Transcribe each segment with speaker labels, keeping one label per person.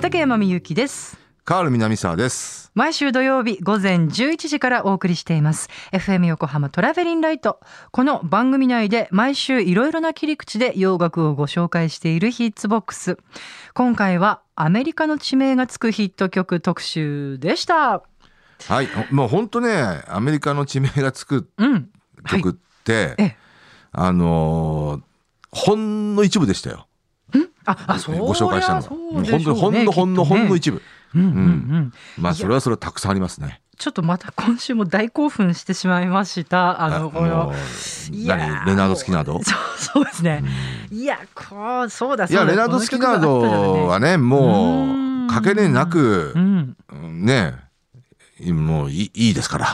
Speaker 1: 竹山みゆきです
Speaker 2: カール南沢です。
Speaker 1: 毎週土曜日午前11時からお送りしています FM 横浜トラベリンライトこの番組内で毎週いろいろな切り口で洋楽をご紹介しているヒッツボックス今回はアメリカの地名がつくヒット曲特集でした
Speaker 2: はい、ほもう本当ね、アメリカの地名がつく
Speaker 1: うん
Speaker 2: 曲って、
Speaker 1: ええ
Speaker 2: あのーほんの一部でしたよ。
Speaker 1: ああそう
Speaker 2: ご紹介したのは。
Speaker 1: そう
Speaker 2: もう
Speaker 1: で
Speaker 2: 本
Speaker 1: しょ
Speaker 2: 当
Speaker 1: う
Speaker 2: に
Speaker 1: ね
Speaker 2: ほんのほんのほんの
Speaker 1: きっ
Speaker 2: 一部。
Speaker 1: とねうんうんうん
Speaker 2: まあそれはそれはたくさんありますね。
Speaker 1: ちょっとまた今週も大興奮してしまいました。あの、これは
Speaker 2: もう
Speaker 1: いや
Speaker 2: 何レナード・スキナード
Speaker 1: そう、そうですね。いや、こう、そうだ。
Speaker 2: いや
Speaker 1: そうだ
Speaker 2: レナード・スキナードは
Speaker 1: この曲があったらね
Speaker 2: ねも
Speaker 1: うん
Speaker 2: うかけねなく
Speaker 1: うん、
Speaker 2: ねもういいいいですから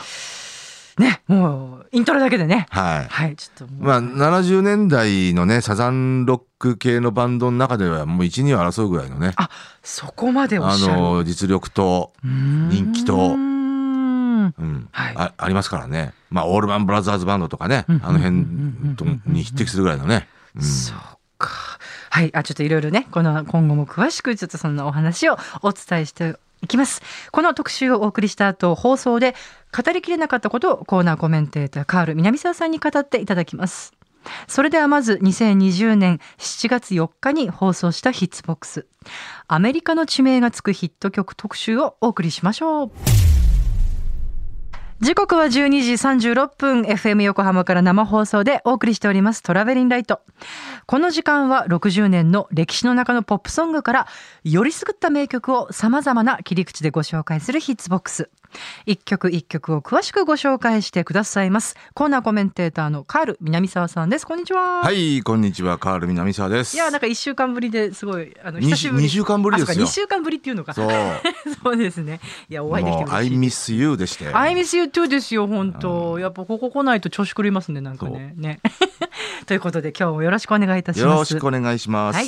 Speaker 1: ね、もうイントロだけでね。
Speaker 2: はい
Speaker 1: はい、ちょっともう。
Speaker 2: まあ、70年代のねサザンロック系のバンドの中ではもう一二を争うぐらいのね
Speaker 1: あ、そこまでおっ
Speaker 2: あ
Speaker 1: しゃる。
Speaker 2: の実力と、
Speaker 1: 人
Speaker 2: 人気と
Speaker 1: うん。
Speaker 2: うん
Speaker 1: はい
Speaker 2: あありますからね、まあ、オールマン・ブラザーズバンドとかね
Speaker 1: うん
Speaker 2: あの
Speaker 1: う
Speaker 2: 辺
Speaker 1: ん
Speaker 2: とに匹敵するぐらいのね、うん
Speaker 1: そうか。はい、あ、ちょっといろいろね、この今後も詳しく、ちょっとそんなお話をお伝えしていきます。この特集をお送りした後、放送で語りきれなかったことをコーナーコメンテーターカール南沢さんに語っていただきます。それではまず2020年7月4日に放送したヒッツボックスアメリカの地名がつくヒット曲特集をお送りしましょう時刻は12時36分 FM 横浜から生放送でお送りしておりますトラベリンライトこの時間は60年の歴史の中のポップソングからよりすぐった名曲をさまざまな切り口でご紹介するヒッツボックス一曲一曲を詳しくご紹介してくださいますコーナーコメンテーターのカール南沢さんですこんにちは
Speaker 2: はいこんにちはカール南沢です
Speaker 1: いやなんか一週間ぶりですごいあの
Speaker 2: 二
Speaker 1: 久
Speaker 2: 週
Speaker 1: しぶり
Speaker 2: 二週間ぶりですよ
Speaker 1: あそうか二週間ぶりっていうのか
Speaker 2: そう
Speaker 1: そうですねい やお会いできて
Speaker 2: もう「I
Speaker 1: 嬉しい
Speaker 2: miss you」でして
Speaker 1: I miss you too ですよ本当やっぱここ来ないと調子狂いますねなんかねね ということで今日もよろしくお願いいたします
Speaker 2: よろしくお願いします
Speaker 1: はい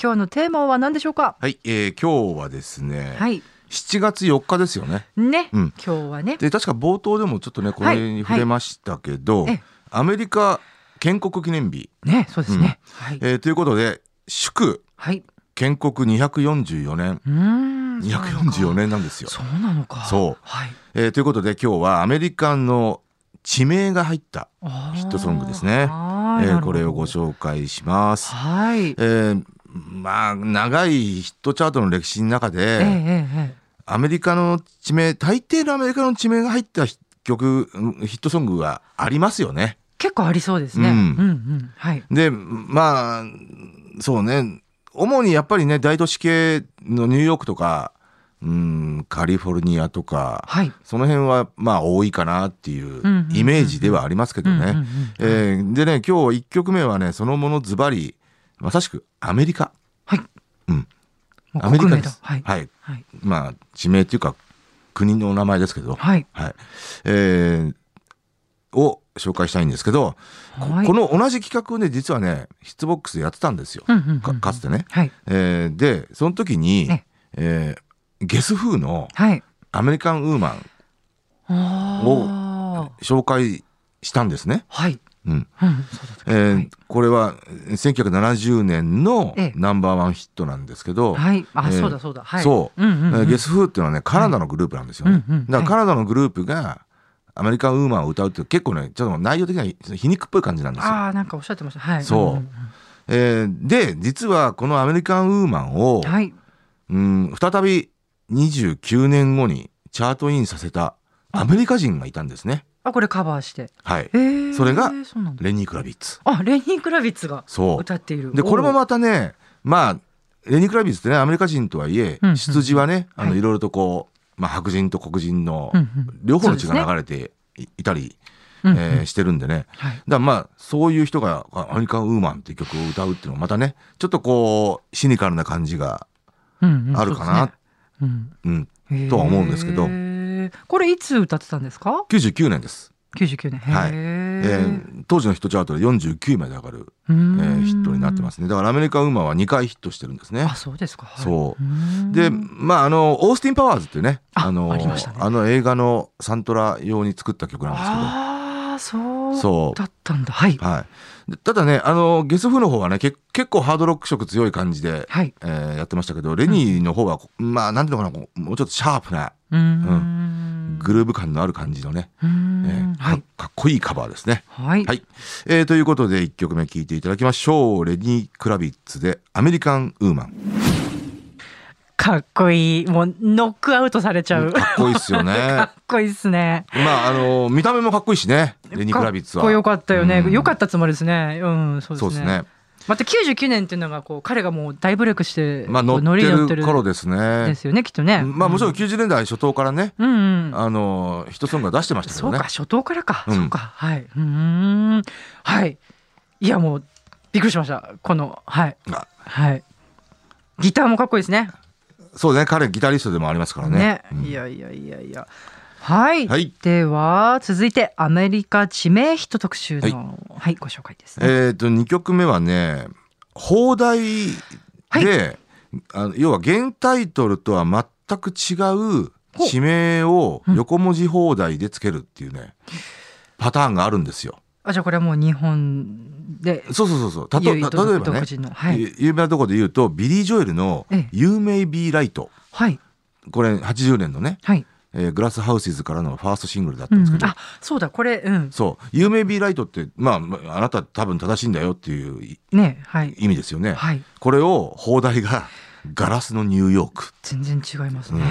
Speaker 1: 今日のテーマは何でしょうか
Speaker 2: はい、えー今日はですね、
Speaker 1: はい
Speaker 2: 7月4日ですよね
Speaker 1: ね、
Speaker 2: うん
Speaker 1: 今日はね
Speaker 2: で確か冒頭でもちょっとねこれに触れましたけど、
Speaker 1: はいはいえ
Speaker 2: アメリカ建国記念日、
Speaker 1: ねそうですね、はい
Speaker 2: えーということで祝
Speaker 1: はい
Speaker 2: 建国244年
Speaker 1: うーん
Speaker 2: 244
Speaker 1: ね
Speaker 2: 年なんですよ。
Speaker 1: そうなのか
Speaker 2: そう
Speaker 1: はい
Speaker 2: えーということで今日はアメリカの地名が入った、
Speaker 1: あー
Speaker 2: ヒットソングですねえ
Speaker 1: はーいな
Speaker 2: ー
Speaker 1: るほど
Speaker 2: これをご紹介します。
Speaker 1: はいえ
Speaker 2: えーまあ長いヒットチャートの歴史の中で、
Speaker 1: えええ
Speaker 2: アメリカの地名大抵のアメリカの地名が入った曲うんヒットソングはありますよね。
Speaker 1: 結構ありそうですね。う
Speaker 2: うんん、
Speaker 1: うん、はい。
Speaker 2: でまあそうね主にやっぱりね大都市系のニューヨークとかうんカリフォルニアとか
Speaker 1: はい。
Speaker 2: その辺はまあ多いかなってい
Speaker 1: んうん
Speaker 2: う
Speaker 1: うん
Speaker 2: イメージではありますけど
Speaker 1: うんうんう
Speaker 2: ね
Speaker 1: ん。
Speaker 2: えーでね今日1曲目はねそのものズバリまさしくアメリカ
Speaker 1: はい。
Speaker 2: うん。
Speaker 1: もう
Speaker 2: アメリ
Speaker 1: 国
Speaker 2: カ
Speaker 1: 名
Speaker 2: で
Speaker 1: だ
Speaker 2: す。
Speaker 1: はい。
Speaker 2: はい、
Speaker 1: はい。
Speaker 2: まあ地名っていうか国のお名前ですけど。
Speaker 1: はい。
Speaker 2: はい。えーを紹介したいんですけど、こ
Speaker 1: はい
Speaker 2: この同じ企画をね、実はね、ヒッツボックスでやってたんですよ。
Speaker 1: うんうんうんうん
Speaker 2: かかつてね。
Speaker 1: はい。
Speaker 2: えーで、その時に、
Speaker 1: ね
Speaker 2: えーゲス風の
Speaker 1: はい。
Speaker 2: アメリカンウーマ
Speaker 1: あー
Speaker 2: ン紹介したんですね。
Speaker 1: はい。
Speaker 2: うん。
Speaker 1: うん。そうだった
Speaker 2: えーこれは1970年の
Speaker 1: ええ
Speaker 2: ナンバーワンヒットなんですけど、
Speaker 1: はい。あ、
Speaker 2: えー
Speaker 1: そうだそうだ。はい。
Speaker 2: そう、
Speaker 1: うんうんうん
Speaker 2: ゲスフーっていうのはねカナダのグループなんですよね、
Speaker 1: うんうん
Speaker 2: だからカナダのグループがアメリカンウーマンを歌うって結構ねちょっと内容的には皮肉っぽい感じなんですよ、
Speaker 1: ああ、なんかおっしゃってました。はい。
Speaker 2: そうん
Speaker 1: ん
Speaker 2: えーで実はこのアメリカンウーマンを、
Speaker 1: うんはい。
Speaker 2: うん再び29年後にチャートインさせたアメリカ人がいたんですね
Speaker 1: あ、これカバーして。
Speaker 2: はい
Speaker 1: えー、
Speaker 2: それが
Speaker 1: そうなんだ。
Speaker 2: レニー・クラビッツ
Speaker 1: あ、レニー・クラビッツが
Speaker 2: そ
Speaker 1: 歌っている。
Speaker 2: うでこれも
Speaker 1: おー
Speaker 2: またねまあレニー・クラビッツってねアメリカ人とはいえ、
Speaker 1: うんうん
Speaker 2: 出自はねあの、
Speaker 1: はい
Speaker 2: いろいろとこう、まあ、白人と黒人の、
Speaker 1: うんうん
Speaker 2: 両方の血
Speaker 1: そうで
Speaker 2: が流れていいたり、
Speaker 1: うんうん
Speaker 2: えーしてるんでね。
Speaker 1: はい。
Speaker 2: だからまあ、そういう人が、あアメリカンウーマンっていう曲を歌うっていうのはまたね、ちょっとこう、シニカルな感じが、
Speaker 1: うんうん
Speaker 2: あるかな
Speaker 1: そうですね
Speaker 2: うん、
Speaker 1: うん。
Speaker 2: とは思うんですけ
Speaker 1: へ
Speaker 2: ど
Speaker 1: ーこれいつ歌ってたんですか
Speaker 2: 99年です。
Speaker 1: ?99 年。
Speaker 2: は
Speaker 1: へ
Speaker 2: いえ
Speaker 1: ー
Speaker 2: ー当時のヒットチャートで49位まで上がる、
Speaker 1: え。
Speaker 2: えーヒットになってますすね。だからアメリカンウーマンは2回ヒットしてるんですね
Speaker 1: あ、。そうですか。はい
Speaker 2: そう
Speaker 1: ーん
Speaker 2: で、まあ、あの、オースティン・パワーズっていうね、
Speaker 1: あ
Speaker 2: の
Speaker 1: ありましたね
Speaker 2: あの映画のサントラ用に作った曲なんですけど、
Speaker 1: ああ、そうそう
Speaker 2: そう
Speaker 1: だったんだ。はい。
Speaker 2: はい、ただねあのゲスフの方はねけ結構ハードロック色強い感じで、
Speaker 1: はい。
Speaker 2: えーやってましたけどレニーの方は、まあなんていうのかなこうもうちょっとシャープな
Speaker 1: うーん。
Speaker 2: グルーヴ感のある感じのね、
Speaker 1: うー
Speaker 2: え
Speaker 1: ん
Speaker 2: ー
Speaker 1: は
Speaker 2: か
Speaker 1: い。
Speaker 2: かっこいいカバーですね。
Speaker 1: はい。
Speaker 2: はい、えーということで1曲目聴いていただきましょうレニー・クラビッツで「アメリカン・ウーマン
Speaker 1: かっこいい。もうノックアウトされち」ゃう。
Speaker 2: かっこいいっすよ
Speaker 1: か
Speaker 2: ね
Speaker 1: っこいいですね。
Speaker 2: まああの見た目もかっこいいしねレニー・クラビッツは
Speaker 1: かっこよかったよね。
Speaker 2: うん
Speaker 1: よかったつもりですね。うん、そうですね。
Speaker 2: そうですね
Speaker 1: また99年っていうのがこう彼がもう大ブレイクして、
Speaker 2: まあ
Speaker 1: こ
Speaker 2: 乗
Speaker 1: う
Speaker 2: って
Speaker 1: に
Speaker 2: る頃です
Speaker 1: で
Speaker 2: ね
Speaker 1: すよねきっとね。
Speaker 2: まあもちろん
Speaker 1: う
Speaker 2: 90年代初頭からね、
Speaker 1: うんうん。
Speaker 2: あのヒットソングは出してましたけ
Speaker 1: そ
Speaker 2: ど
Speaker 1: う
Speaker 2: ね
Speaker 1: か初頭からか。
Speaker 2: うん
Speaker 1: そうかはい。うーんはい。いやもうびっくりしましたこのはい
Speaker 2: あ
Speaker 1: はい。ギターもかっこいいですね。
Speaker 2: そうね彼ギタリストでもありますからね
Speaker 1: ね、
Speaker 2: うん
Speaker 1: いやいやいやいや。はい、
Speaker 2: はい
Speaker 1: では続いてアメリカ地名ヒット特集の、はいご紹介です、ね
Speaker 2: えっ、と2曲目はね放題で、
Speaker 1: はい
Speaker 2: あの要は原タイトルとは全く違う地名を横文字放題でつけるっていうね、パターンがあるんですよ。
Speaker 1: あじゃあこれはもう日本で
Speaker 2: そうそうそうそうたと
Speaker 1: 唯一
Speaker 2: た例えば
Speaker 1: 独
Speaker 2: ね、
Speaker 1: 自のはい、
Speaker 2: ゆ有名なところで言うとビリー・ジョエルの
Speaker 1: ええ
Speaker 2: 「You May Be Light
Speaker 1: はい」
Speaker 2: これ80年のね、
Speaker 1: はい、
Speaker 2: えーグラスハウスズからのファーストシングルだった
Speaker 1: うんん
Speaker 2: で
Speaker 1: うん、
Speaker 2: すけど、
Speaker 1: あそうだこれうん
Speaker 2: そう「You May Be Light」って、まあ、まああなた多分正しいんだよっていうい
Speaker 1: ねはい
Speaker 2: 意味ですよね。
Speaker 1: はい
Speaker 2: これを放題が「ガラスのニューヨーク」
Speaker 1: 全然違いますね、
Speaker 2: うん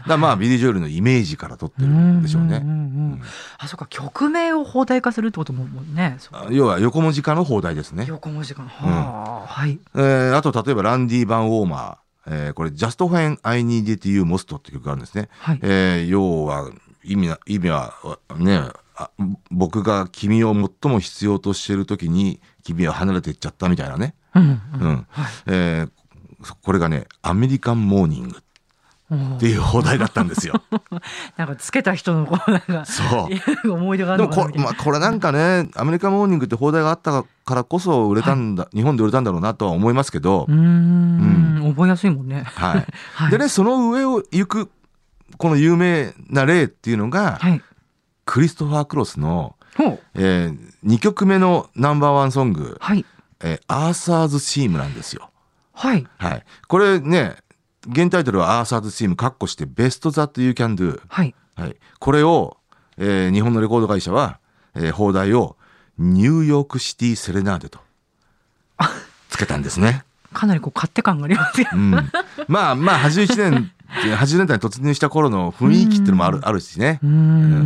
Speaker 2: だからまあビリー・ジョエルのイメージから取ってるんでしょうね。
Speaker 1: んんうんうん
Speaker 2: うん
Speaker 1: あそうか曲名を放題化するってことももうねそう
Speaker 2: あ要は横文字化の放題ですね、
Speaker 1: 横文字かな、はあはい
Speaker 2: えーあと例えばランディ・バン・ウォーマー、えーこれ「Just When I Needed You Most」って曲があるんですね。
Speaker 1: はい、
Speaker 2: えー要は意味な意味はねあ僕が君を最も必要としてる時に君は離れていっちゃったみたいなね、
Speaker 1: うんうん
Speaker 2: うん
Speaker 1: はい
Speaker 2: えーそこれがね「アメリカン・モーニング」
Speaker 1: お
Speaker 2: って
Speaker 1: ー
Speaker 2: いう放題だったんで すよ。
Speaker 1: なんかつけた人のこうなん か
Speaker 2: そう
Speaker 1: いや思い出があ
Speaker 2: で
Speaker 1: るの
Speaker 2: も
Speaker 1: かな
Speaker 2: こ
Speaker 1: みたいな
Speaker 2: れ,、まあ、これなんかね「アメリカンモーニング」って放題があったからこそ売れたんだ、日本で売れたんだろうなとは思いますけど、
Speaker 1: うーん覚えやすいもんね。
Speaker 2: はい
Speaker 1: はい、
Speaker 2: でねその上を行くこの有名な例っていうのが、
Speaker 1: はい。
Speaker 2: クリストファー・クロスの、
Speaker 1: ほう。
Speaker 2: え2曲目のナンバーワンソング
Speaker 1: はい。
Speaker 2: 「えーアーサーズ・チーム」なんですよ。
Speaker 1: はい。
Speaker 2: はい、これね原タイトルは「アーサーズ・チーム」括弧して「ベスト・ザ・ト・ユー・キャン・ドゥ
Speaker 1: はい。」
Speaker 2: はい、これを、えー日本のレコード会社は、えー放題を「ニューヨークシティ・セレナーデ」 とつけたんですね。
Speaker 1: かなりこう勝手感がありますよ。
Speaker 2: うん、まあまあ81年80年代に突入した頃の雰囲気 っていうのもあるあるしね
Speaker 1: う。んうんうんう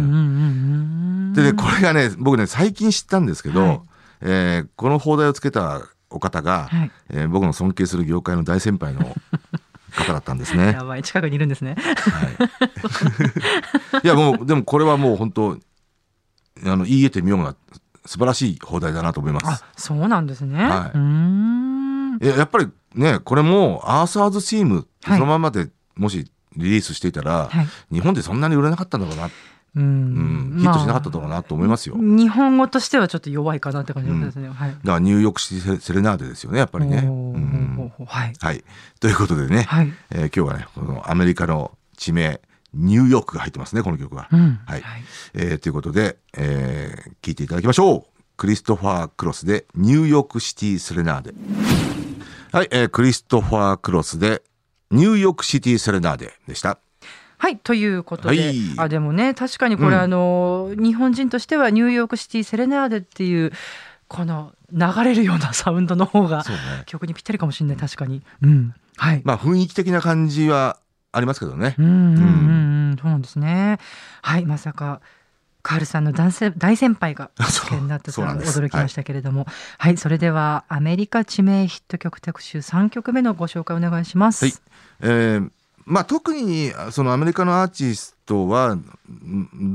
Speaker 1: ん。
Speaker 2: でねこれがね僕ね最近知ったんですけど、
Speaker 1: はい
Speaker 2: えーこの放題をつけたお方が、
Speaker 1: はい
Speaker 2: えー僕の尊敬する業界の大先 輩の方だったんですね。
Speaker 1: やばい近くにいるんですね。
Speaker 2: はい、いやもうでもこれはもう本当あの言い得てみような素晴らしい放題だなと思いま
Speaker 1: あ
Speaker 2: す。
Speaker 1: そうなんですね。
Speaker 2: はいう
Speaker 1: ーん。
Speaker 2: いややっぱりねこれもアーサーズチームそ
Speaker 1: はい
Speaker 2: のままでもしリリースしていたら、
Speaker 1: はい。
Speaker 2: 日本でそんなに売れなかったんだろうな、
Speaker 1: う
Speaker 2: うん
Speaker 1: ん。
Speaker 2: ヒットしなかっただ
Speaker 1: と
Speaker 2: ろうなと思いますよ。だか
Speaker 1: 日本語としてはちょっと弱いかなって感じですね。はい。やっ
Speaker 2: らニューヨークシティセレナーデですよねやっぱりね。うん
Speaker 1: はい。
Speaker 2: はい、ということでね、
Speaker 1: はい。
Speaker 2: えー今日はねこのアメリカの地名ニューヨークが入ってますねこの曲は。
Speaker 1: うん。
Speaker 2: はいえーということで、えー聞いていただきましょう。クリストファー・クロスでニューヨークシティ・セレナーデ。はい、えークリストファー・クロスでニューヨークシティ・セレナーデでした。
Speaker 1: はいということで、
Speaker 2: はい
Speaker 1: あでもね確かにこれ、
Speaker 2: うん
Speaker 1: あの日本人としてはニューヨークシティセレナーデっていうこの流れるようなサウンドの方が
Speaker 2: そうね。
Speaker 1: 曲にぴったりかもしれない確かに。うん、はい。
Speaker 2: まあ雰囲気的な感じはありますけどね
Speaker 1: う。んうんうんうんそうなんですね。はいまさかカールさんの男性大先輩が
Speaker 2: そう
Speaker 1: 危になったと
Speaker 2: そうなんです
Speaker 1: 驚きましたけれども、はい、それではアメリカ地名ヒット曲特集三曲目のご紹介お願いします。
Speaker 2: はいえーまあ特にあそのアメリカのアーティストはん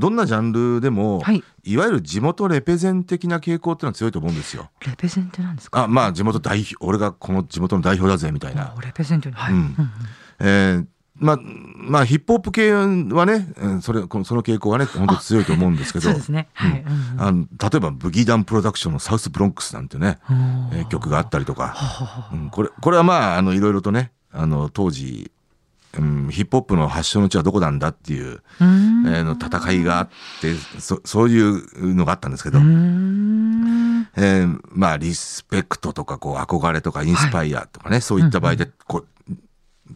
Speaker 2: どんなジャンルでも、、
Speaker 1: はいい、
Speaker 2: わゆる地元レペゼン的な傾向っていうのは強いと思うんですよ。
Speaker 1: レペゼンってなんですか。
Speaker 2: あまあ地元代表俺がこの地元の代表だぜみたいな
Speaker 1: おレペゼンっていうのはい。
Speaker 2: うん
Speaker 1: うんうん
Speaker 2: えーまあ、まあヒップホップ系はね、うんそれこのその傾向はね本当強いと思うんですけど
Speaker 1: そうですね。はい。うんうん
Speaker 2: あの例えばブギーダンプロダクションの「サウスブロンクス」なんてね、えー曲があったりとか、うんこれこれはまああのいろいろとねあの当時うん、ヒップホップの発祥の地はどこなんだっていう、
Speaker 1: うー
Speaker 2: え
Speaker 1: ん
Speaker 2: ーの戦いがあってそそういうのがあったんですけ
Speaker 1: う
Speaker 2: ど、
Speaker 1: ーん
Speaker 2: えーまあリスペクトとかこう憧れとかインスパイアとかね、そういった場合でこう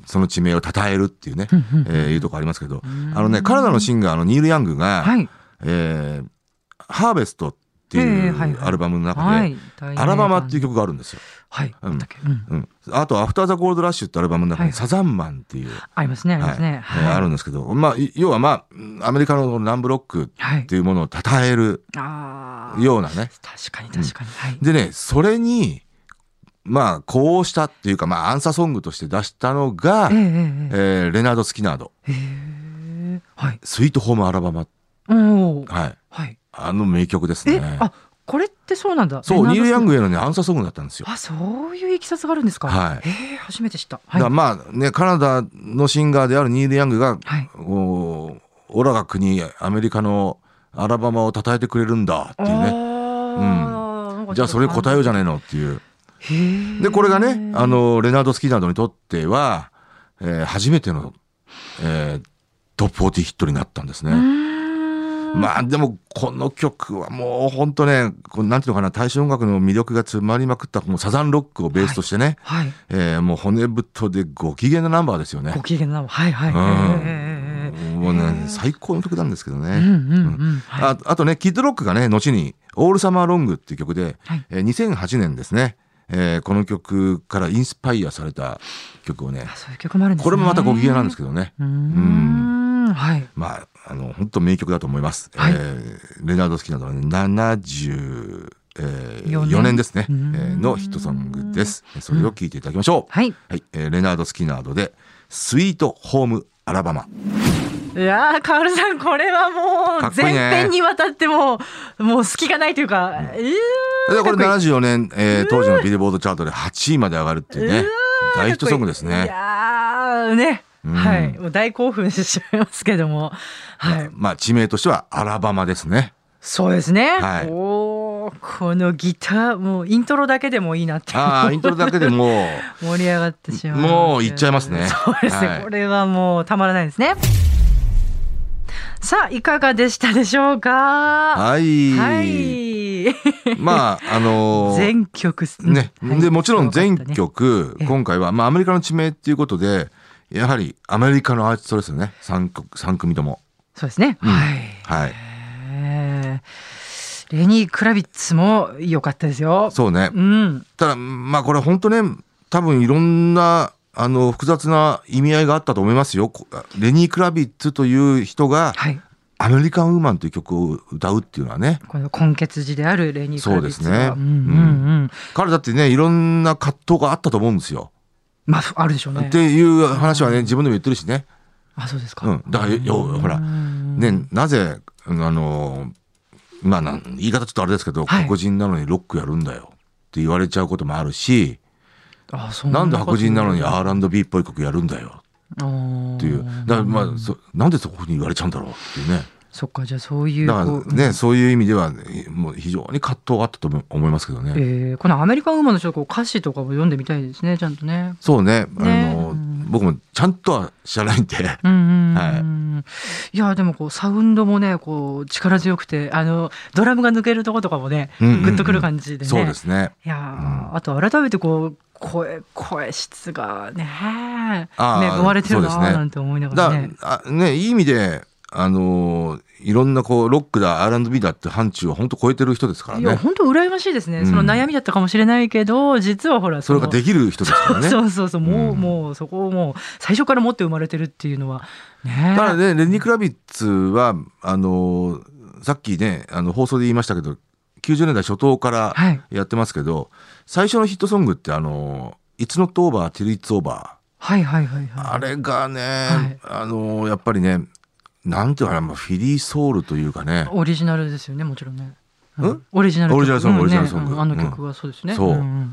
Speaker 2: その地名を称えるっていうね、
Speaker 1: うんうん
Speaker 2: えーいうとこありますけど、あのねカナダのシンガーのニール・ヤングが、
Speaker 1: はい
Speaker 2: えーハーベスト」ってい
Speaker 1: えーはいうはい
Speaker 2: アルバムの中で、
Speaker 1: はい
Speaker 2: アラバマっていう
Speaker 1: う
Speaker 2: 曲があるんですよ。
Speaker 1: はい
Speaker 2: うん
Speaker 1: あったっけうん
Speaker 2: うん、あと「アフター・ザ・ゴールド・ラッシュ」ってアルバムの中
Speaker 1: は
Speaker 2: に
Speaker 1: い
Speaker 2: サザンマン」っていう、
Speaker 1: ありますねありますね
Speaker 2: はいえーあるんですけど、まあ、い要はまあアメリカのランブロック
Speaker 1: は
Speaker 2: っ
Speaker 1: い
Speaker 2: ていうものを称える
Speaker 1: ああ
Speaker 2: ようなね
Speaker 1: 確かに確かにはい
Speaker 2: でねそれにまあこうしたっていうか、まあ、アンサーソングとして出したのが、
Speaker 1: ええ
Speaker 2: え
Speaker 1: ええ
Speaker 2: ーレナード・スキナード
Speaker 1: ええはい
Speaker 2: 「スイート・ホーム・アラバマ
Speaker 1: おお」
Speaker 2: はい、
Speaker 1: はい
Speaker 2: あの名曲です
Speaker 1: え
Speaker 2: ね。
Speaker 1: あこれってそうなんだ
Speaker 2: そうニール・ヤング
Speaker 1: へ
Speaker 2: へのねアンサーソングだったんですよ。
Speaker 1: あそういういきさつがあるんですか
Speaker 2: はい
Speaker 1: ええ初めて知った
Speaker 2: だ
Speaker 1: はい
Speaker 2: からまあねカナダのシンガーであるニール・ヤングが
Speaker 1: はい
Speaker 2: おオラが国アメリカのアラバマを称えてくれるんだっていうね
Speaker 1: ああ
Speaker 2: じゃあそれ答えようじゃねえのっていうでこれがねあのレナード・スキーなどにとっては、えー初めての、えートップ40ヒットになったんですね。
Speaker 1: ま
Speaker 2: まあでもこの曲はもう本当ねこうなんていうのかな大衆音楽の魅力が詰まりまくったもうサザンロックをベースとしてね、
Speaker 1: はい
Speaker 2: えーもう骨太でご機嫌なナンバーですよね
Speaker 1: ご。機嫌なのはいはい
Speaker 2: うん
Speaker 1: ええ
Speaker 2: もうね
Speaker 1: へー
Speaker 2: 最高の曲なんですけどね。
Speaker 1: うんうんうんはい
Speaker 2: ああとねキッドロックがね後に「オールサマーロング」っていう曲で、
Speaker 1: はい
Speaker 2: えー2008年ですね、えーこの曲からインスパイアされた曲をね
Speaker 1: あそういう曲もあるんですね
Speaker 2: これもまたご機嫌なんですけどね
Speaker 1: うーんはい
Speaker 2: まああの本当名曲だと思います、
Speaker 1: はい
Speaker 2: えーレナード・スキナードのね74、えー
Speaker 1: 四年
Speaker 2: 4年ですね、え
Speaker 1: うーん
Speaker 2: ーのヒットソングですそれを聴いていただきましょう、
Speaker 1: はい
Speaker 2: はいえーレナード・スキナードで「スイート・ホーム・アラバマ
Speaker 1: いやー、カールさん、これはも
Speaker 2: か
Speaker 1: う、
Speaker 2: っこいい
Speaker 1: 全
Speaker 2: ね
Speaker 1: 編にわたってもう、もう隙がないというか、えー、」
Speaker 2: でこれ
Speaker 1: かっこいい
Speaker 2: 74年、えー当時のビルボードチャートで8位まで上がるっていうね
Speaker 1: うわ
Speaker 2: 大ヒットソングです
Speaker 1: い
Speaker 2: ね。
Speaker 1: やー、ね。
Speaker 2: うん
Speaker 1: はい。もう大興奮してしまいますけども。はい。
Speaker 2: まあ地名としてはアラバマですね。
Speaker 1: そうですね。
Speaker 2: はい
Speaker 1: おーこのギター、もうイントロだけでもいいなって。
Speaker 2: ああ、イントロだけ でも
Speaker 1: 盛り上がってしまう。
Speaker 2: もう行っちゃいますね
Speaker 1: そうですね。
Speaker 2: はい
Speaker 1: これはもうたまらないですね。さあ、いかがでしたでしょう
Speaker 2: う、
Speaker 1: か。
Speaker 2: はい。
Speaker 1: はい。
Speaker 2: まあ、あのー
Speaker 1: 全曲す
Speaker 2: ね。
Speaker 1: はい
Speaker 2: で、もちろん全
Speaker 1: すごかっ
Speaker 2: 曲、
Speaker 1: ええ
Speaker 2: 今回は、まあアメリカの地名っていうことで、やはりアメリカのアーティストですよね。3, 国三組とも。
Speaker 1: たねそうですね、
Speaker 2: うん
Speaker 1: はい、
Speaker 2: はい。
Speaker 1: えーレニー・クラビッツも良かったですよ
Speaker 2: そうね。
Speaker 1: うん
Speaker 2: ただ、まあこれ本当ね、多分いろんな、あの、複雑な意味合いがあったと思いますよ。こレニー・クラビッツという人が、
Speaker 1: はい
Speaker 2: アメリカン・ウーマンという曲を歌うっていうのはね、
Speaker 1: この根血児であるレニー・クラビッツ
Speaker 2: そうですね
Speaker 1: はうんうんうん
Speaker 2: 彼だってねいろんな葛藤があったと思うんですよ。
Speaker 1: まああるでしょうね
Speaker 2: っていう話はね自分でも言ってるしね。
Speaker 1: あそうですか、
Speaker 2: うん、だからよよほら
Speaker 1: ね
Speaker 2: ねなぜあのまあなん言い方ちょっとあれですけど、
Speaker 1: はい
Speaker 2: 黒人なのにロックやるんだよって言われちゃうこともあるし
Speaker 1: あそ
Speaker 2: なんで白人なのに
Speaker 1: あ
Speaker 2: R&B っぽい曲やるんだよっていうだからまあそなんでそこに言われちゃうんだろうっていうね
Speaker 1: そっかじゃあそういう
Speaker 2: だか
Speaker 1: こう
Speaker 2: らね、そういう意味ではねもう非常に葛藤があったと思思いますけどね。
Speaker 1: えーこのアメリカンウーマンのちょっとこう歌詞とかも読んでみたいですねちゃんとね
Speaker 2: そうね
Speaker 1: ね
Speaker 2: あの、
Speaker 1: うん
Speaker 2: 僕もちゃんとは知らないんで。
Speaker 1: うんうんうん
Speaker 2: はい
Speaker 1: いやでもこうサウンドもねこう力強くてあのドラムが抜けるとことかもね
Speaker 2: うんうんうん
Speaker 1: グッとくる感じでね、
Speaker 2: そうですね。
Speaker 1: いやー、
Speaker 2: うん
Speaker 1: あと改めてこう声声質がね恵
Speaker 2: あー
Speaker 1: まれてるな
Speaker 2: そうで
Speaker 1: ー
Speaker 2: すね
Speaker 1: なんて思いなが
Speaker 2: だ
Speaker 1: らね
Speaker 2: あねいい意味であのーいろんなこうロックだ R&B だって範疇を本当超えてる人ですから
Speaker 1: いや
Speaker 2: ね
Speaker 1: 本当羨ましいですね、
Speaker 2: うん
Speaker 1: その悩みだったかもしれないけど実はほら
Speaker 2: それがで
Speaker 1: き
Speaker 2: きる人ですからね
Speaker 1: そうそうそうもう、
Speaker 2: うん
Speaker 1: もうそこをもう最初から持って生まれてるっていうのはね
Speaker 2: だからねレニー・クラビッツはあのーさっきねあの放送で言いましたけど90年代初頭から
Speaker 1: はい
Speaker 2: やってますけど、最初のヒットソングってあのー「It's Not Over Till It's Over
Speaker 1: はいはいはい」はい
Speaker 2: あれがね、
Speaker 1: はい
Speaker 2: あのーやっぱりねなんていうのかなまあフィリーソウルというかね
Speaker 1: オリジナルですよねもちろんね、うんオリジナル曲
Speaker 2: オリジナルソング
Speaker 1: うん
Speaker 2: オリジナルソング
Speaker 1: うんあの曲はそうですね、
Speaker 2: うんそうん
Speaker 1: ん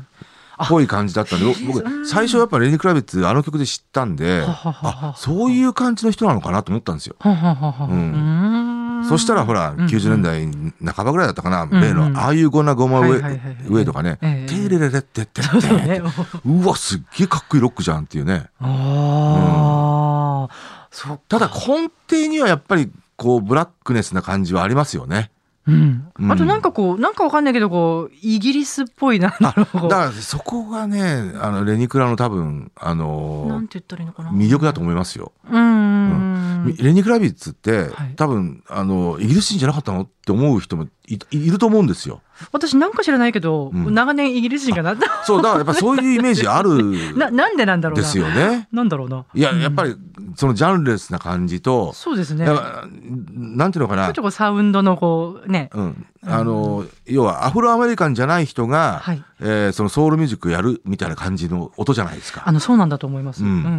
Speaker 2: っぽい感じだったんで僕最初やっぱレニー・クラビッツあの曲で知ったんで
Speaker 1: はははは
Speaker 2: あそういう感じの人なのかなと思ったんですよ。
Speaker 1: はははは
Speaker 2: うそしたらほら90年代半ばぐらいだったかな
Speaker 1: ん
Speaker 2: 例の「ああいうゴナゴマ
Speaker 1: は
Speaker 2: 上
Speaker 1: いはいはいはい
Speaker 2: 上」とかね
Speaker 1: え
Speaker 2: 「
Speaker 1: え
Speaker 2: テレレレってっ て」
Speaker 1: そうそうね
Speaker 2: うわすっげえかっこいいロックじゃんっていうね
Speaker 1: ああ、ああ、そう。
Speaker 2: ただ根底にはやっぱりこうブラックネスな感じはありますよね。
Speaker 1: うん
Speaker 2: う。ん
Speaker 1: あとなんかこう、なんかわかんないけど、こう、イギリスっぽいな、なんだろ
Speaker 2: だ
Speaker 1: う。
Speaker 2: からそこがねあのレニクラの多分あ
Speaker 1: な
Speaker 2: の
Speaker 1: んて言ったらいいのかな。
Speaker 2: 魅力だと思いますよ。
Speaker 1: うんうんうん。
Speaker 2: レニクラビッツって、
Speaker 1: はい
Speaker 2: 多分あのイギリス人じゃなかったのって思う人もいいると思うんですよ。
Speaker 1: 私なんか知らないけど、
Speaker 2: うん
Speaker 1: 長年イギリス人かな。
Speaker 2: そうだからやっぱそういうイメージある
Speaker 1: な、なんでなんだろう
Speaker 2: で
Speaker 1: な。
Speaker 2: すよね。
Speaker 1: なんだろうな。
Speaker 2: いややっぱ
Speaker 1: り。
Speaker 2: りそのジャンルレスな感じと、
Speaker 1: そうですね。ち
Speaker 2: だ
Speaker 1: ょ
Speaker 2: からなんていうのかな
Speaker 1: っとこう、サウンドのこう、ね。
Speaker 2: うん、あの要はアフロアメリカンじゃない人が、
Speaker 1: はい
Speaker 2: えーそのソウルミュージックやるみたいな感じの音じゃないですか
Speaker 1: あの、そうなんだと思います。
Speaker 2: う
Speaker 1: うんんうんうんう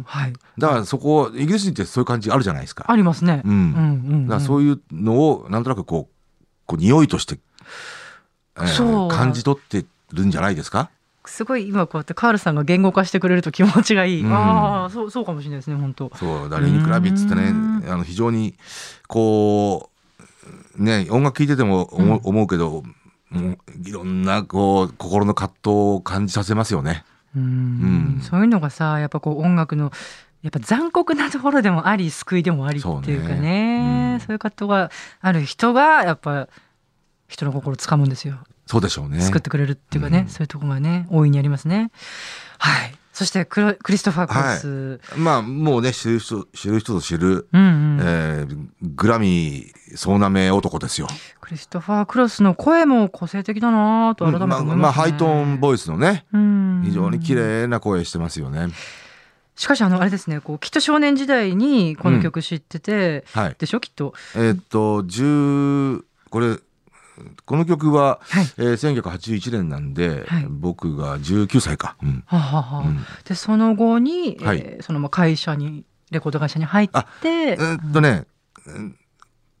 Speaker 1: ん。はい。
Speaker 2: だからそこイギリス人ってそういう感じあるじゃないですか,、
Speaker 1: ありますね。
Speaker 2: うん
Speaker 1: うんうんうん。
Speaker 2: だからそういうのをなんとなくこうこう匂いとして、えー
Speaker 1: そう
Speaker 2: 感じ取ってるんじゃないですか
Speaker 1: すごい今こうやってカールさんが言語化してくれると気持ちがいい。
Speaker 2: うん
Speaker 1: ああ、そうそうかもしれないですね、本当。
Speaker 2: そうだレニクラビッツってね
Speaker 1: うん
Speaker 2: あの非常にこうね音楽聴いてても思,、う思うけどもういろんなこう心の葛藤を感じさせますよね。
Speaker 1: うん
Speaker 2: うん
Speaker 1: そういうのがさ、やっぱこう音楽のやっぱ残酷なところでもあり救いでもありっていうか
Speaker 2: そう
Speaker 1: ね、
Speaker 2: ねうん
Speaker 1: そういう葛藤がある人がやっぱ人の心を掴むんですよ。
Speaker 2: そうでしょうね。
Speaker 1: 救ってくれるっていうかね、
Speaker 2: うん
Speaker 1: そういうところがね大いにありますね。はい。そしてクロクリストファー・クロス、
Speaker 2: まあもうね知る人知る人ぞ知る、
Speaker 1: うんうん
Speaker 2: えーグラミー総なめ男ですよ。
Speaker 1: クリストファー・クロスの声も個性的だなぁと改めて思います、ね
Speaker 2: まあまあハイトーンボイスのね
Speaker 1: うん
Speaker 2: 非常に綺麗な声してますよね。
Speaker 1: しかしあのあれですねこうきっと少年時代にこの曲知ってて、
Speaker 2: はい。
Speaker 1: でしょきっと
Speaker 2: えーっと10これこの曲は、
Speaker 1: はい
Speaker 2: えー1981年なんで、
Speaker 1: はい
Speaker 2: 僕が19歳か。うん
Speaker 1: はあはあはあ
Speaker 2: うん
Speaker 1: でその後に、えー
Speaker 2: はい
Speaker 1: そのまあ会社にレコード会社に入って
Speaker 2: えーっとね、うん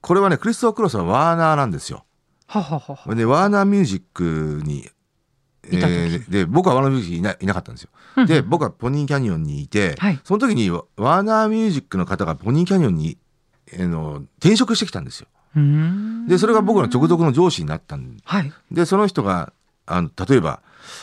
Speaker 2: これはねクリストファークロスはワーナーなんですよ。
Speaker 1: はあはあはあ
Speaker 2: でワーナーミュージックに、え
Speaker 1: いた時
Speaker 2: ーで僕はワーナーミュージックにいないなかったんですよ。
Speaker 1: うん
Speaker 2: で僕はポニーキャニオンにいて、
Speaker 1: はい
Speaker 2: その時にワーナーミュージックの方がポニーキャニオンに、えーの転職してきたんですよ。
Speaker 1: うん
Speaker 2: でそれが僕の直属の上司になったん
Speaker 1: はい
Speaker 2: でその人があの例えば、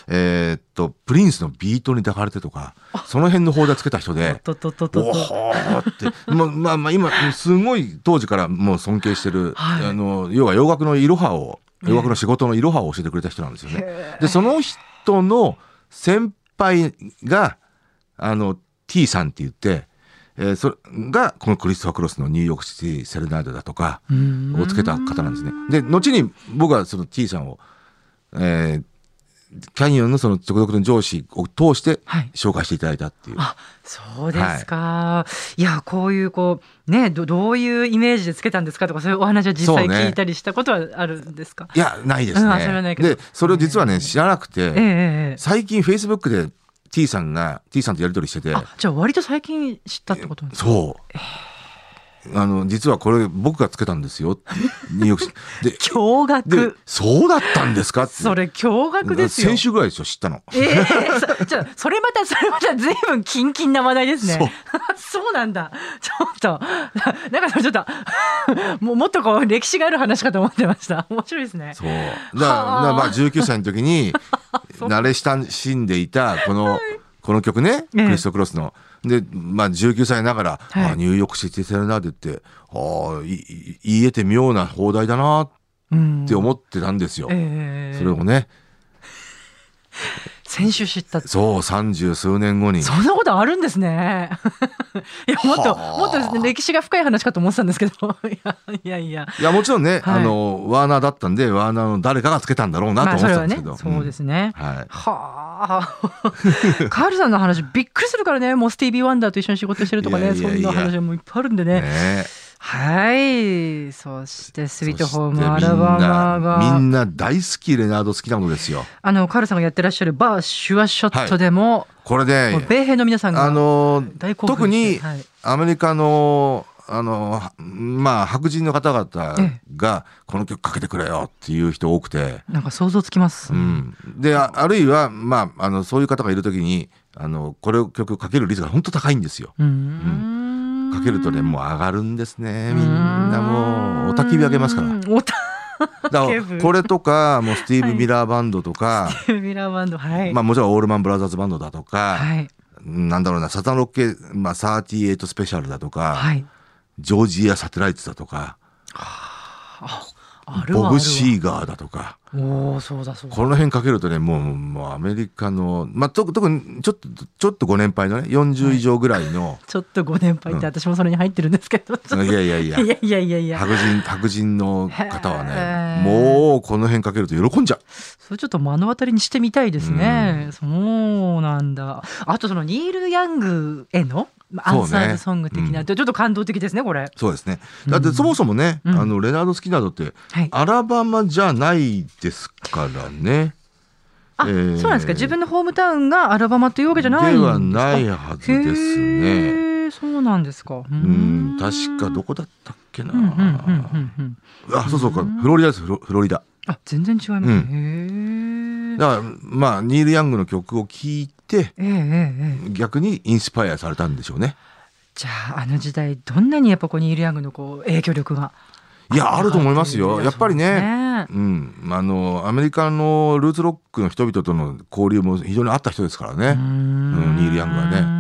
Speaker 2: えーっとプリンスのビートに抱かれてとかその辺の放題つけた人
Speaker 1: お
Speaker 2: で
Speaker 1: っ。とっとっとっ
Speaker 2: お
Speaker 1: とっと
Speaker 2: ほーってもうまあまあ今すごい当時からもう尊敬してる、
Speaker 1: はい
Speaker 2: あの要は洋楽のいろはを
Speaker 1: ね
Speaker 2: 洋楽の仕事のいろはを教えてくれた人なんですよね。
Speaker 1: へ
Speaker 2: でその人の先輩があの T さんって言って、えーそれがこのクリストファー・クロスのニューヨークシティ・セレナードだとか
Speaker 1: えうん
Speaker 2: をつけた方なんですね。で後に僕はその T さんを、えーキャニオンのその直属の上司を通して
Speaker 1: はい
Speaker 2: 紹介していただいたっていう。
Speaker 1: あそうですか、い、やこういうこうねどどういうイメージでつけたんですかとかそういうお話を実際
Speaker 2: そうね
Speaker 1: 聞いたりしたことはあるんですか、
Speaker 2: いやないですね。
Speaker 1: うんあそれはないけど
Speaker 2: でそれを実はね知らなくて、
Speaker 1: ええええ
Speaker 2: 最近 Facebook で T さんが T さんとやり取りしてて
Speaker 1: あじゃあ割と最近知ったってことなんですか
Speaker 2: そう。あの、実はこれ僕がつけたんです よ。ニューヨーク市
Speaker 1: 驚
Speaker 2: で、で
Speaker 1: 愕、
Speaker 2: そうだったんですかって。
Speaker 1: それ驚愕ですよ
Speaker 2: 先週ぐらいですよ、知ったの。
Speaker 1: ええそ ちょそれまたそれまた随分キンキンな話題ですね
Speaker 2: そ う
Speaker 1: そうなんだちょっと ななんかそれちょっと もうもっとこう歴史がある話かと思ってました面白いですね
Speaker 2: そう。だから、
Speaker 1: はあ
Speaker 2: だからまあ19歳の時 に、慣れ親しんでいた、この、この曲ね、ク
Speaker 1: ええ
Speaker 2: リストクロスの。で、まあ19歳ながら、
Speaker 1: はい
Speaker 2: あニューヨークシティセレナーデって、ああ、いい言えて妙な放題だなっ
Speaker 1: うん
Speaker 2: て思ってたんですよ。
Speaker 1: ええ
Speaker 2: それをね、
Speaker 1: 先週知ったって
Speaker 2: そう、三十数年後に。
Speaker 1: そんなことあるんですね。 いやもっと
Speaker 2: はあ
Speaker 1: もっとですね歴史が深い話かと思ってたんですけど いやいやいや
Speaker 2: いやもちろんね、
Speaker 1: はい
Speaker 2: あのワーナーだったんでワーナーの誰かがつけたんだろうなと思っ
Speaker 1: そ
Speaker 2: て
Speaker 1: れ
Speaker 2: たん
Speaker 1: は
Speaker 2: です
Speaker 1: ね
Speaker 2: けど、
Speaker 1: そうです
Speaker 2: ね、
Speaker 1: ね。
Speaker 2: はい
Speaker 1: はあ、カールさんの話びっくりするからね、もうスティービー・ワンダーと一緒に仕事してるとかね、
Speaker 2: いやいやいや
Speaker 1: そんな話もいっぱいあるんでね。
Speaker 2: ね
Speaker 1: はい、そしてス
Speaker 2: そ
Speaker 1: イ
Speaker 2: して
Speaker 1: ートホームアラバマ
Speaker 2: み
Speaker 1: が、
Speaker 2: んなみんな大好きレナード好きなのですよ
Speaker 1: あのカールさんがやってらっしゃるバーシュワショットでも、
Speaker 2: これ
Speaker 1: もう
Speaker 2: ね
Speaker 1: 米兵の皆さん
Speaker 2: あ
Speaker 1: が
Speaker 2: の
Speaker 1: 大興奮
Speaker 2: 特
Speaker 1: して
Speaker 2: に
Speaker 1: はい
Speaker 2: アメリカのあのまあ白人の方々
Speaker 1: え
Speaker 2: がこの曲かけてくれよっていう人多くて、
Speaker 1: なんか想像つきます。
Speaker 2: うん、でああるいは、まあ、あのそういう方がいる時にあのこれを曲かける率が本当高いんですよ。
Speaker 1: うーん
Speaker 2: かけるとねもう上がるんですねみんなもうお焚き火あげますから
Speaker 1: うんおた
Speaker 2: だか
Speaker 1: ケ
Speaker 2: ら
Speaker 1: ブ
Speaker 2: これとかもうスティーブ・ミラーバンドとか、
Speaker 1: ミラーバンドはい。
Speaker 2: まあ、もちろんオールマン・ブラザーズバンドだとか、
Speaker 1: はい。
Speaker 2: なんだろうな、サタンロッケ、まあ、38スペシャルだとか、
Speaker 1: はい。
Speaker 2: ジョージア・サテライツだとか、
Speaker 1: あるわ
Speaker 2: ボ
Speaker 1: あるわ
Speaker 2: ブ・シーガーだとか、
Speaker 1: おお、そうだそうだ。
Speaker 2: この辺かけるとね、もう、もうアメリカの、まあ、と特に、ちょっと、ちょっとご年配のね、40以上ぐらいの、
Speaker 1: ちょっとご年配って、私もそれに入ってるんですけど。ちょっと
Speaker 2: いやいやい や
Speaker 1: いやいやいやいや。
Speaker 2: 白人、白人の方は
Speaker 1: へー
Speaker 2: ね、もうこの辺かけると喜んじゃう。
Speaker 1: それちょっと目の当たりにしてみたいですね。そうなんだ。あとそのニール・ヤングへのまあア
Speaker 2: そうね
Speaker 1: ンサーズソング的な、
Speaker 2: うん
Speaker 1: ちょっと感動的ですね、これ。
Speaker 2: そうですね。だってそもそもね、
Speaker 1: うん
Speaker 2: あの、レナード・スキナードって、
Speaker 1: はい。
Speaker 2: アラバマじゃないですからね。
Speaker 1: あ、
Speaker 2: えー
Speaker 1: そうなんですか。自分のホームタウンがアラバマというわけじゃないんです
Speaker 2: で
Speaker 1: か。
Speaker 2: はないはずですね。
Speaker 1: へー。そうなんですか。うー
Speaker 2: うん、確かどこだったっけな。
Speaker 1: うんうんうんうんうん。
Speaker 2: あ、そうそうか、フロリダです、フロフロリダ。
Speaker 1: あ、全然違いますね。へー
Speaker 2: だから、まあ、ニール・ヤングの曲を聴いて、
Speaker 1: ええええええ
Speaker 2: 逆にインスパイアされたんでしょうね。
Speaker 1: じゃああの時代どんなにやっぱこうニール・ヤングのこう影響力が
Speaker 2: いや、あると思いますよ。やっぱり
Speaker 1: そうです
Speaker 2: ね。
Speaker 1: ね
Speaker 2: うん、あのアメリカのルーツロックの人々との交流も非常にあった人ですから
Speaker 1: うー
Speaker 2: ね、
Speaker 1: ん
Speaker 2: うんニールヤングはね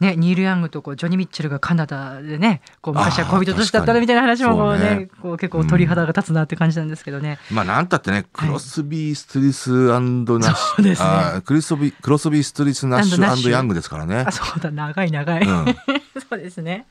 Speaker 1: ね。ニール・ヤングとこうジョニー・ミッチェルがカナダでねこう
Speaker 2: あー
Speaker 1: 昔は恋人同士だった
Speaker 2: 確か
Speaker 1: ね
Speaker 2: に
Speaker 1: みたいな話もこう、ね
Speaker 2: そうね
Speaker 1: こう結構鳥肌が立つなって感じなんですけどね。
Speaker 2: まあなんたってねクロスビー・ストゥリスナッシ
Speaker 1: そうですね
Speaker 2: ュ、あクリストビクロスビー・ストゥリス・ナッシ
Speaker 1: ナッシュ
Speaker 2: ュヤングですからね
Speaker 1: あ、そうだ長い長い、
Speaker 2: うん、
Speaker 1: そうですね。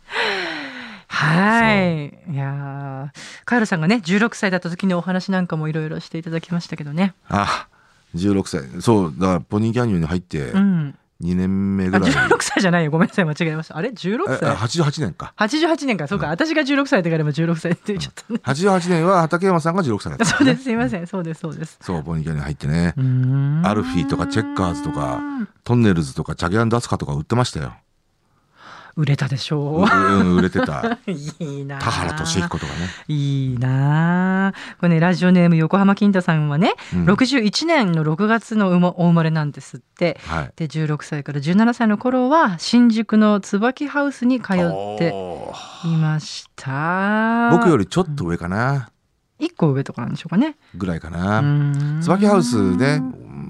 Speaker 1: はいいやーカエルさんがね16歳だった時のお話なんかもいろいろしていただきましたけどね。
Speaker 2: あ16歳そうだからポニーキャニオンに入って
Speaker 1: うん、
Speaker 2: 2年目
Speaker 1: あ
Speaker 2: ぐらい、
Speaker 1: 16歳じゃないよごめんなさい間違えました。あれ16
Speaker 2: ええ
Speaker 1: 歳
Speaker 2: 88年か
Speaker 1: 88年かそうか、私が16歳だから今16歳って言っちゃった ね。
Speaker 2: 88年は畠山さんが16歳だった、ね、
Speaker 1: そうですすいませんそうですそうです。
Speaker 2: そうポニーキャニオンに入ってね
Speaker 1: うーん
Speaker 2: アルフィーとかチェッカーズとかトンネルズとかチャゲアンダスカとか売ってましたよ、
Speaker 1: 売れたでし
Speaker 2: う
Speaker 1: ょ
Speaker 2: うん、売れてた
Speaker 1: ういいなあ
Speaker 2: 田原俊彦とかね
Speaker 1: いいなあこれねラジオネーム横浜金太さんはね、
Speaker 2: うん
Speaker 1: 61年の6月の生まお生まれなんですって
Speaker 2: はい。
Speaker 1: で16歳から17歳の頃は新宿の椿ハウスに通って
Speaker 2: おー
Speaker 1: いました
Speaker 2: 僕よ
Speaker 1: り
Speaker 2: りちょっと上かな、
Speaker 1: 1個上とかなんでしょうかね
Speaker 2: ぐらいか
Speaker 1: う
Speaker 2: な。
Speaker 1: ーん
Speaker 2: 椿ハウスね、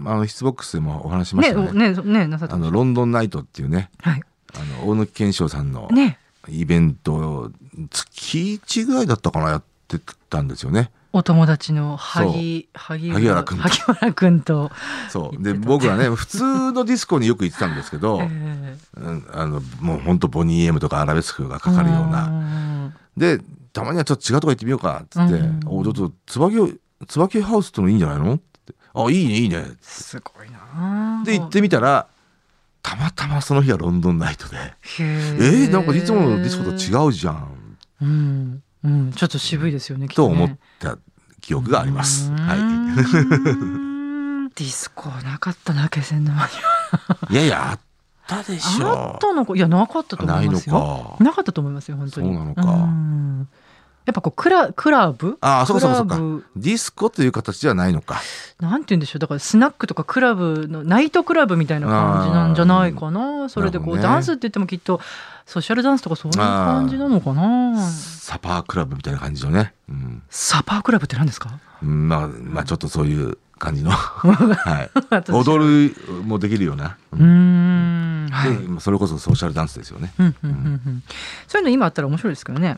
Speaker 2: あのヒスボックスでもお話ししまし
Speaker 1: ね
Speaker 2: たね。
Speaker 1: ねねなさって
Speaker 2: あ
Speaker 1: ま
Speaker 2: の
Speaker 1: した
Speaker 2: ロンドンナイトっていうね、
Speaker 1: はい
Speaker 2: あの大貫健章さんの
Speaker 1: ね
Speaker 2: イベントを月一ぐらいだったかなやってたんですよね。
Speaker 1: お友達の萩萩
Speaker 2: 萩原君と
Speaker 1: 萩原君と、
Speaker 2: そう。
Speaker 1: 言っ
Speaker 2: で
Speaker 1: てた
Speaker 2: 僕はね普通のディスコによく行ってたんですけど、
Speaker 1: え
Speaker 2: うんあのもう本当ボニー・エムとかアラベスクが
Speaker 1: ー
Speaker 2: かかるような。
Speaker 1: ん
Speaker 2: でたまにはちょっと違うとこ行ってみようかっつって
Speaker 1: うん
Speaker 2: 「おちょっと椿を椿ハウスってのいいんじゃないの?」って「あいいねいいね」
Speaker 1: すごいなあ
Speaker 2: で行ってみたらたまたまその日はロンドンナイトで
Speaker 1: へ
Speaker 2: 「え
Speaker 1: え
Speaker 2: ー、なんかいつものディスコと
Speaker 1: う、
Speaker 2: 違うじゃん
Speaker 1: うんうん、ちょっと渋いですよね」きっ
Speaker 2: と
Speaker 1: とね
Speaker 2: 思った記憶があります。
Speaker 1: うー
Speaker 2: は
Speaker 1: ん ディスコなかったな気仙沼に
Speaker 2: い、いやいやあったでし
Speaker 1: あ
Speaker 2: ょ
Speaker 1: ったのかいやなかったと思います
Speaker 2: ない
Speaker 1: よ
Speaker 2: のか
Speaker 1: なかったと思いますよ本当に
Speaker 2: そうなのか
Speaker 1: んやっぱこうクラクラブ
Speaker 2: ああそうかそうかそう
Speaker 1: クラ
Speaker 2: か
Speaker 1: ブ
Speaker 2: ディスコという形ではないのか
Speaker 1: なんて言うんでしょうだからスナックとかクラブのナイトクラブみたいな感じなんじゃないかなそれでこう、
Speaker 2: なるほどね
Speaker 1: ダンスって言ってもきっとソーシャルダンスとかそういう感じなのかな
Speaker 2: サパークラブみたいな感じのね、うん
Speaker 1: サパークラブって何ですか
Speaker 2: うん、まあまあちょっとそういう 感じの、はい、踊るもできるような、う
Speaker 1: うんーんはい、うん
Speaker 2: でそれこそソーシャルダンスですよね。
Speaker 1: うんうんうん、そういうの今あったら面白いですけどね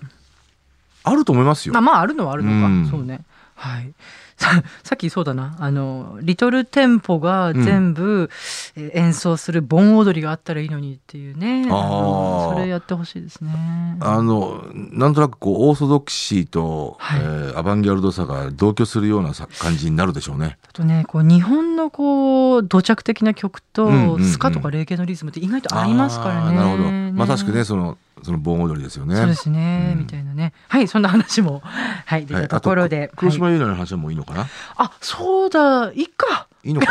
Speaker 2: あると思いますよ。
Speaker 1: まあまああるのはあるのか、
Speaker 2: うん
Speaker 1: そうねはい ささっきそうだなあのリトルテンポが全部えー演奏する盆踊りがあったらいいのにっていうね、
Speaker 2: あー
Speaker 1: あのそれやってほしいですね
Speaker 2: あのなんとなくこうオーソドクシーと、
Speaker 1: はい
Speaker 2: えーアバンギャルドさが同居するようなさ感じになるでしょうね。
Speaker 1: あとねこう日本のこう土着的な曲と、
Speaker 2: うんうんうん
Speaker 1: スカとかレゲエのリズムって意外とありますから
Speaker 2: あー
Speaker 1: ね。
Speaker 2: なるほど。まさしくね
Speaker 1: そ
Speaker 2: そのその盆踊りですよね。
Speaker 1: うですね、
Speaker 2: うん
Speaker 1: みたいなねはいそんな話も はい出
Speaker 2: はい
Speaker 1: たところで、
Speaker 2: あと黒
Speaker 1: はい
Speaker 2: 島優奈の話はもういいのかな。
Speaker 1: あそうだいいか
Speaker 2: いいのか。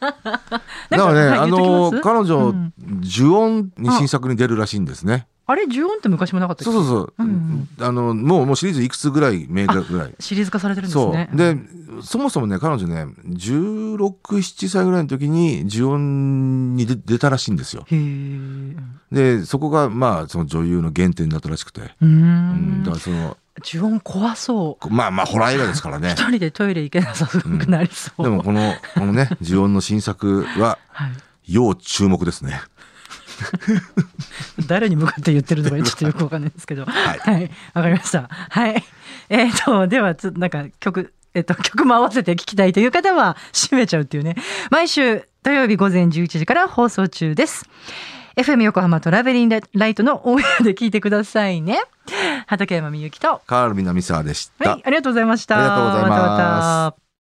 Speaker 2: だ
Speaker 1: なん
Speaker 2: か
Speaker 1: から
Speaker 2: ね、
Speaker 1: はい
Speaker 2: あ
Speaker 1: 言っときます
Speaker 2: の彼
Speaker 1: う
Speaker 2: 女
Speaker 1: ん
Speaker 2: 呪音に新作に出るらしいんですね。
Speaker 1: あれ呪音って昔もなかったっけ
Speaker 2: そうそうそう。
Speaker 1: うん
Speaker 2: あのもうもうシリーズいくつぐらい名画ぐらい。
Speaker 1: シリーズ化されてるんです
Speaker 2: そ
Speaker 1: ね
Speaker 2: うでそもそもね彼女ね1617歳ぐらいの時に呪音に出出たらしいんですよ
Speaker 1: へー
Speaker 2: でそこがまあその女優の原点だったらしくて、
Speaker 1: うー
Speaker 2: うん
Speaker 1: ん
Speaker 2: だからその
Speaker 1: 呪音怖そう
Speaker 2: こまあまあホラー映画ですか らね
Speaker 1: 一人でトイレ行けなさそうくなりそう、
Speaker 2: でもこのこのね呪音の新作は
Speaker 1: はい、
Speaker 2: 要注目ですね。
Speaker 1: 誰に向かって言ってるのかちょっとよくわかんないですけどはいいわかりましたはいえー、とではつなんか曲えっと、曲も合わせて聞きたいという方は閉めちゃうっていうね毎週土曜日午前11時から放送中です FM 横浜トラベリンライトのオンエアで聞いてくださいね畠山みゆきと
Speaker 2: カール南沢でした。
Speaker 1: はいありがとうございました
Speaker 2: ありがとうございます
Speaker 1: またまた